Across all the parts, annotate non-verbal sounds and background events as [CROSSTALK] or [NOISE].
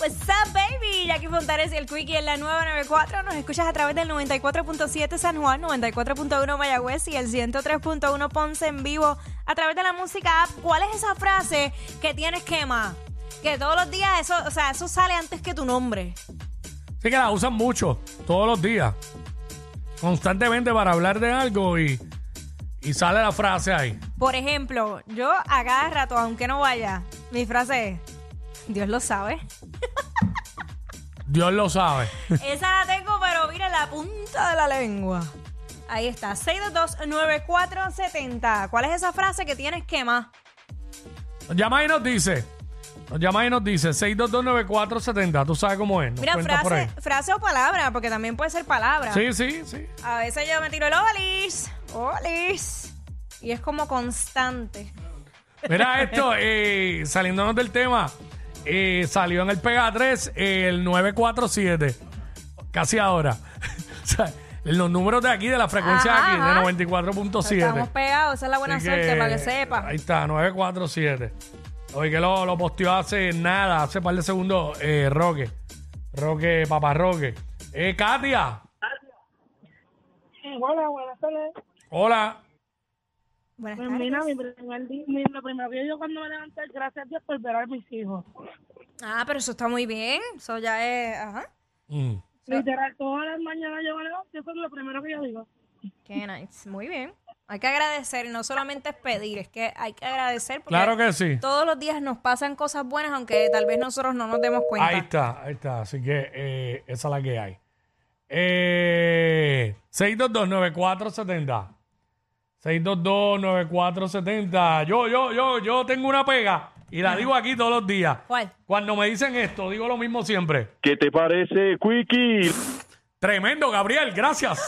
What's up, baby? Jackie Fontanes y el Quickie en la 994. Nos escuchas a través del 94.7 San Juan, 94.1 Mayagüez y el 103.1 Ponce en vivo a través de la música app. ¿Cuál es esa frase que tienes quema? Que todos los días eso, o sea, eso sale antes que tu nombre. Sí que la usan mucho, todos los días. Constantemente para hablar de algo y, y sale la frase ahí. Por ejemplo, yo a cada rato, aunque no vaya, mi frase es, Dios lo sabe. Dios lo sabe. Esa la tengo, pero mira, en la punta de la lengua. Ahí está, 6229470. ¿Cuál es esa frase que tienes que más? Nos llama y nos dice. Nos llama y nos dice 6229470. Tú sabes cómo es. nos Mira, cuentas por frase, frase o palabra, porque también puede ser palabra. ahí. Sí, sí, sí. A veces yo me tiro el olis, olis. Y es como constante. [LAUGHS] Mira esto, eh, saliéndonos del tema, eh, salió en el Pega 3 el 947, casi ahora. [LAUGHS] O sea, los números de aquí, de la frecuencia Ajá, ajá. de aquí, de 94.7. Estamos pegados, esa es la buena Así suerte, para que sepa. Ahí está, 947. Oye, que lo, lo posteó hace nada, hace par de segundos, eh, Roque. Roque, papá Roque. Eh, Katia, Hola, buenas tardes. hola. Buenas Pues mira, mi tardes. primer día, mi- lo primero que yo cuando me levanté, gracias a Dios por ver a mis hijos. Ah, pero eso está muy bien. Eso ya es. Ajá. Mm. Literal, todas las mañanas yo me levanto, eso es lo primero que yo digo. Qué nice. Muy bien. Hay que agradecer, no solamente es pedir, es que hay que agradecer porque Claro que sí. todos los días nos pasan cosas buenas, aunque tal vez nosotros no nos demos cuenta. Ahí está, ahí está. Así que eh, esa es la que hay. Eh, 6229470. 6229470. Yo, yo, yo, yo tengo una pega y la digo aquí todos los días. ¿Cuál? Cuando me dicen esto, digo lo mismo siempre. ¿Qué te parece, Quickie? Tremendo, Gabriel, [LAUGHS] gracias.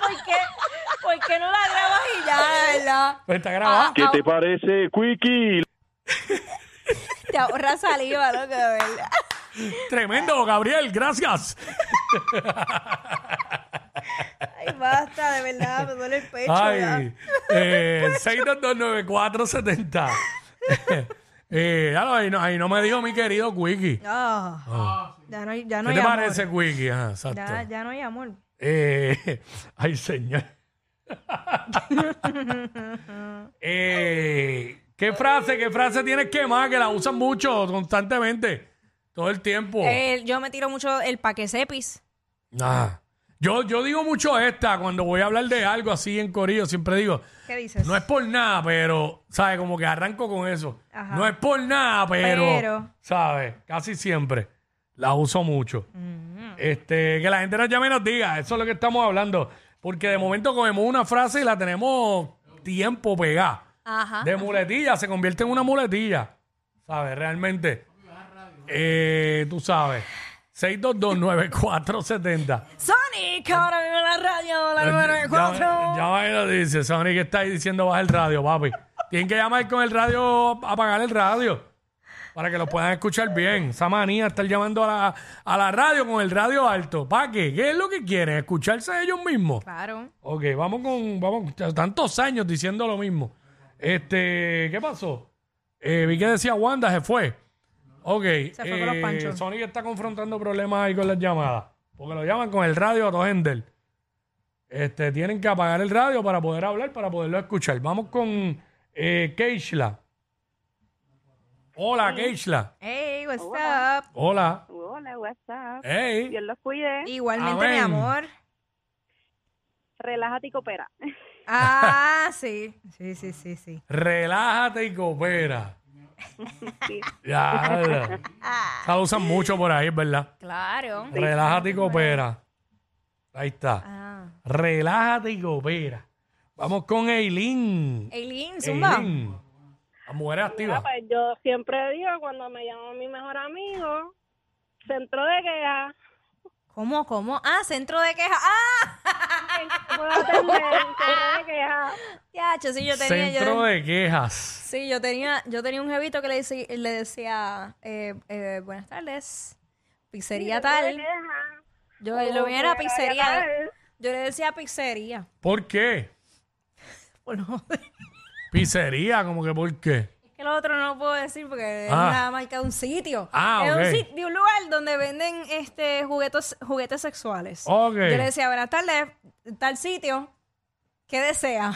¿Por qué? ¿Por qué no la grabas y ya, de verdad? Pues está Ah. grabada. ¿Qué te parece, Quickie? Te ahorras saliva, loco, de verdad. Tremendo, Gabriel, gracias. Ay, basta, de verdad, me duele el pecho. Ay, eh, [LAUGHS] 6229470. eh, ya lo- ahí, no, ahí no me dijo mi querido Quickie. Ya. Ah, ya no, hay- ya no ¿Qué hay te amor. parece, Quickie? Ajá, exacto. Ya, ya no hay amor. Eh, [LAUGHS] [LAUGHS] ay, señor. Eh, ¿Qué frase, qué frase tienes que más? Que la usan mucho, constantemente, todo el tiempo. Eh, yo me tiro mucho el pa' que sepis. Ah, Yo, yo digo mucho esta cuando voy a hablar de algo así en Corillo, siempre digo, ¿Qué dices? no es por nada, pero, ¿sabes? Como que arranco con eso. Ajá. No es por nada, pero, Pero. ¿sabes? Casi siempre la uso mucho. Mm-hmm. Este, que la gente nos llame y nos diga, eso es lo que estamos hablando. Porque de momento cogemos una frase y la tenemos tiempo pegada. Ajá. De muletilla, se convierte en una muletilla. ¿Sabes? Realmente. Eh, tú sabes. 6229470. Sonic, ahora mismo en la radio, la número Ya, 4. ya va y lo dice, Sonic está ahí diciendo baja el radio, papi. Tienen que llamar con el radio, apagar el radio, para que lo puedan escuchar bien. Esa manía de estar llamando a la, a la radio con el radio alto. ¿Para qué? ¿Qué es lo que quieren? ¿Escucharse ellos mismos? Claro. Ok, vamos con, vamos, tantos años diciendo lo mismo. Este, ¿qué pasó? Eh, vi que decía Wanda, se fue. Ok, se fue con los panchos. Sonic está confrontando problemas ahí con las llamadas. Porque lo llaman con el radio a todo Ender. Este, tienen que apagar el radio para poder hablar, para poderlo escuchar. Vamos con eh, Keishla. Hola, Keishla. Hey, what's up? Hola. Hola, WhatsApp. Hey. Dios los cuide. Igualmente, mi Amén. amor. Relájate y coopera. [LAUGHS] Ah, sí. Sí, sí, sí, sí. Relájate y coopera. Sí. Ya. Se lo usan mucho por ahí, ¿verdad? Claro. Relájate y coopera. Ahí está. Ah. Relájate y coopera. Vamos con Eileen. Eileen, zumba. Eileen. La mujer Mira, activa. pues yo siempre digo cuando me llama mi mejor amigo, centro de queja, ¿Cómo, cómo? Ah, centro de queja. ¡Ah! ¿en qué puedo atender? Centro de queja. Ya, sí, yo tenía. yo Centro tenía- de quejas. Sí, yo tenía, yo tenía un jevito que le, decí- le decía, eh, eh, buenas tardes, pizzería Centro de tal. queja. Yo lo vi era [LAUGHS] pizzería. Yo le decía pizzería. ¿Por qué? Por joder. Pizzería, como que por qué. Es que lo otro no lo puedo decir porque es Ah. una marca de un sitio. Ah, es ok. un sitio, un lugar donde venden este juguetes, juguetes sexuales. Yo Ok. le decía, buenas tardes, tal sitio, ¿qué desea?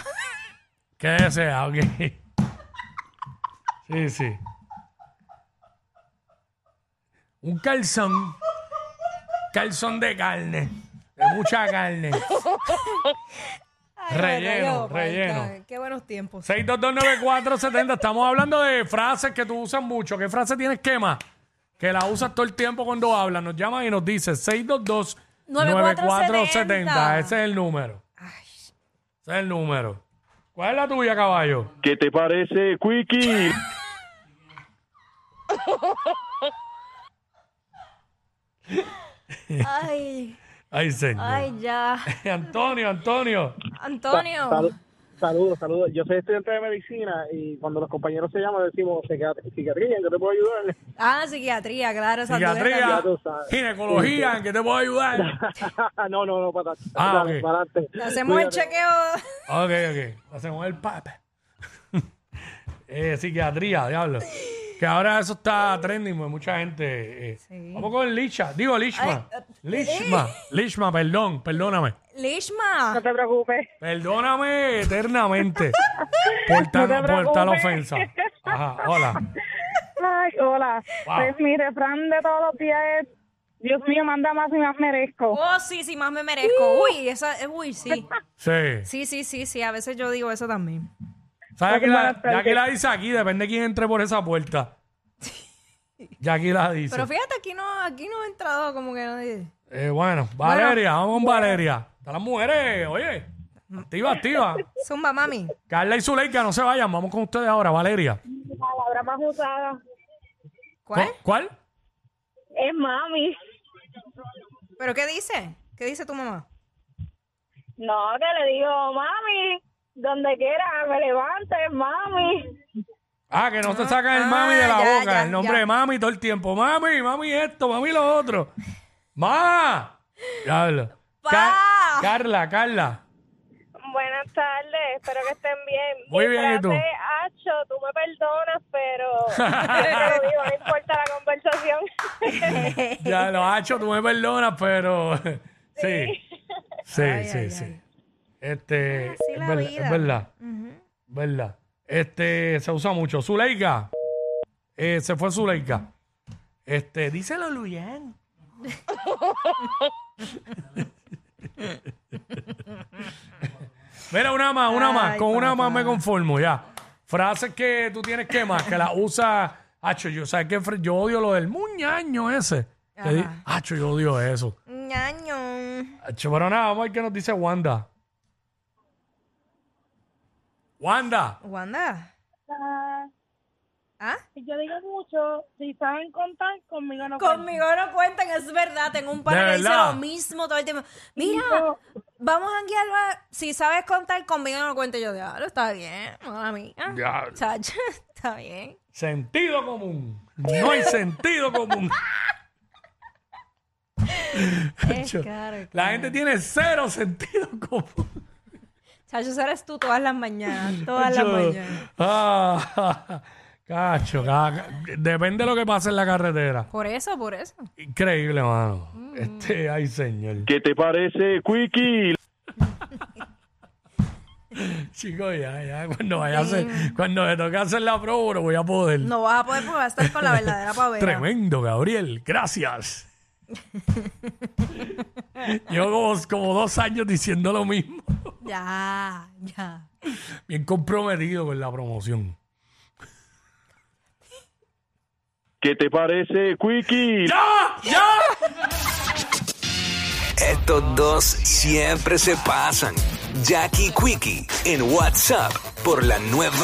¿Qué desea? Ok. Sí, sí. Un calzón. Calzón de carne. De mucha carne. Ay, [LAUGHS] Relleno, bueno, Dios, relleno. Marta, Qué buenos tiempos. 6229470. Estamos hablando de frases que tú usas mucho. ¿Qué frase tienes que más? Que la usas todo el tiempo cuando hablas. Nos llaman y nos dice 622-9470. 9470. Ese es el número. Ese es el número. ¿Cuál es la tuya, caballo? ¿Qué te parece, Quickie? Ay, Ay, señor. ay, ya. [LAUGHS] Antonio, Antonio. Antonio. Saludos, saludos. Yo soy estudiante de medicina y cuando los compañeros se llaman decimos psiquiatría, psiquiatría ¿en [LAUGHS] qué te puedo ayudar? Ah, psiquiatría, claro. esa duele Psiquiatría, también. tú sabes. ginecología, ¿en qué te puedo ayudar? [LAUGHS] no, no, no, para atrás. Ah, Dale, ok. para adelante. Le hacemos el chequeo. [LAUGHS] ok, ok. Hacemos el pap. [LAUGHS] eh, psiquiatría, diablo. Que ahora eso está trending, pues, mucha gente. eh. Sí. Vamos con Licha. Digo Lishma. Ay, eh, Lishma. Lishma, perdón, perdóname. Lishma. No te preocupes. [LAUGHS] Perdóname eternamente por tal, No te por tal preocupes. ofensa. Ajá, hola. Ay, hola. Wow. Pues mi refrán de todos los días es, Dios mío, manda más y más merezco. Oh, sí, sí, más me merezco. Uy, esa, eh, uy, sí. Sí. Sí, sí, sí, sí. A veces yo digo eso también. ¿Sabes que la, Buenas tardes. ya que la dice aquí? Depende de quién entre por esa puerta. Ya aquí la dice. Pero fíjate, aquí no, aquí no he entrado como que nadie. Eh, bueno, Valeria, vamos con Valeria. Están las mujeres, oye. Activa, activa. [LAUGHS] Zumba, mami. Carla y Zuleika, no se vayan. Vamos con ustedes ahora, Valeria. La palabra más usada ¿Cuál? ¿Cu- ¿Cuál? es mami. ¿Pero qué dice? ¿Qué dice tu mamá? No, que le digo, mami, donde quiera, me levantes, mami. Ah, que no te sacan el Ah, mami de la ya, boca. ya, el nombre ya. de mami todo el tiempo. Mami, mami esto, mami lo otro. ¡Ma! Diablo. Pa. Ca- Carla, Carla. Buenas tardes, espero que estén bien. Muy bien, ¿y tú? Espérate, Acho, tú me perdonas, [LAUGHS] pero yo te lo digo, no importa la conversación. [LAUGHS] Ya lo ha hecho, tú me perdonas, pero. [LAUGHS] Sí. Sí, sí, ay, sí. Este. Así es, la verdad, vida. es verdad. Ujú. verdad. Este se usa mucho. Zuleika. Eh, se fue Zuleika. Este, díselo, Luyan. Mira, una más, una más. Ay, Con una más papá. me conformo, ya. Frases que tú tienes que más, que las usa. Hacho, yo, ¿sabes qué? Fre- Yo odio lo del muñaño ese. Que di- Ajá. Hacho, yo odio eso. Ñaño. Hacho, pero nada, vamos a ver qué nos dice Wanda. Wanda. Wanda. ¿Ah? Yo digo mucho, si saben contar, conmigo no Conmigo no cuentan, es verdad. Tengo un ¿De pana que dice verdad? lo mismo todo el tiempo. Mira, vamos a guiarlo. a- Si sabes contar, conmigo no cuentes. Yo, diablo, está bien. Mala mía. Diablo. Chacha, [LAUGHS] está bien. Sentido común. No hay sentido común. [LAUGHS] Es Yo- claro. La gente tiene cero sentido común. Chacho, esa eres tú todas las mañanas. [LAUGHS] Todas las Yo- mañanas. Ah, [LAUGHS] cacho, ca- depende de lo que pase en la carretera. Por eso, por eso. Increíble, mano. Mm. Este, ay, señor. ¿Qué te parece, Quickie? Chicos, ya, ya, cuando vaya a hacer, cuando me toque hacer la prueba, no voy a poder. No pues, vas a poder porque vas a estar con la verdadera pavera. Tremendo, Gabriel. [LAUGHS] Gracias. Llevo como, como dos años diciendo lo mismo. Ya, ya. Bien comprometido con la promoción. ¿Qué te parece, Quickie? ¡Ya! ¡Ya! Estos dos siempre se pasan. Jackie Quickie en WhatsApp por la nueva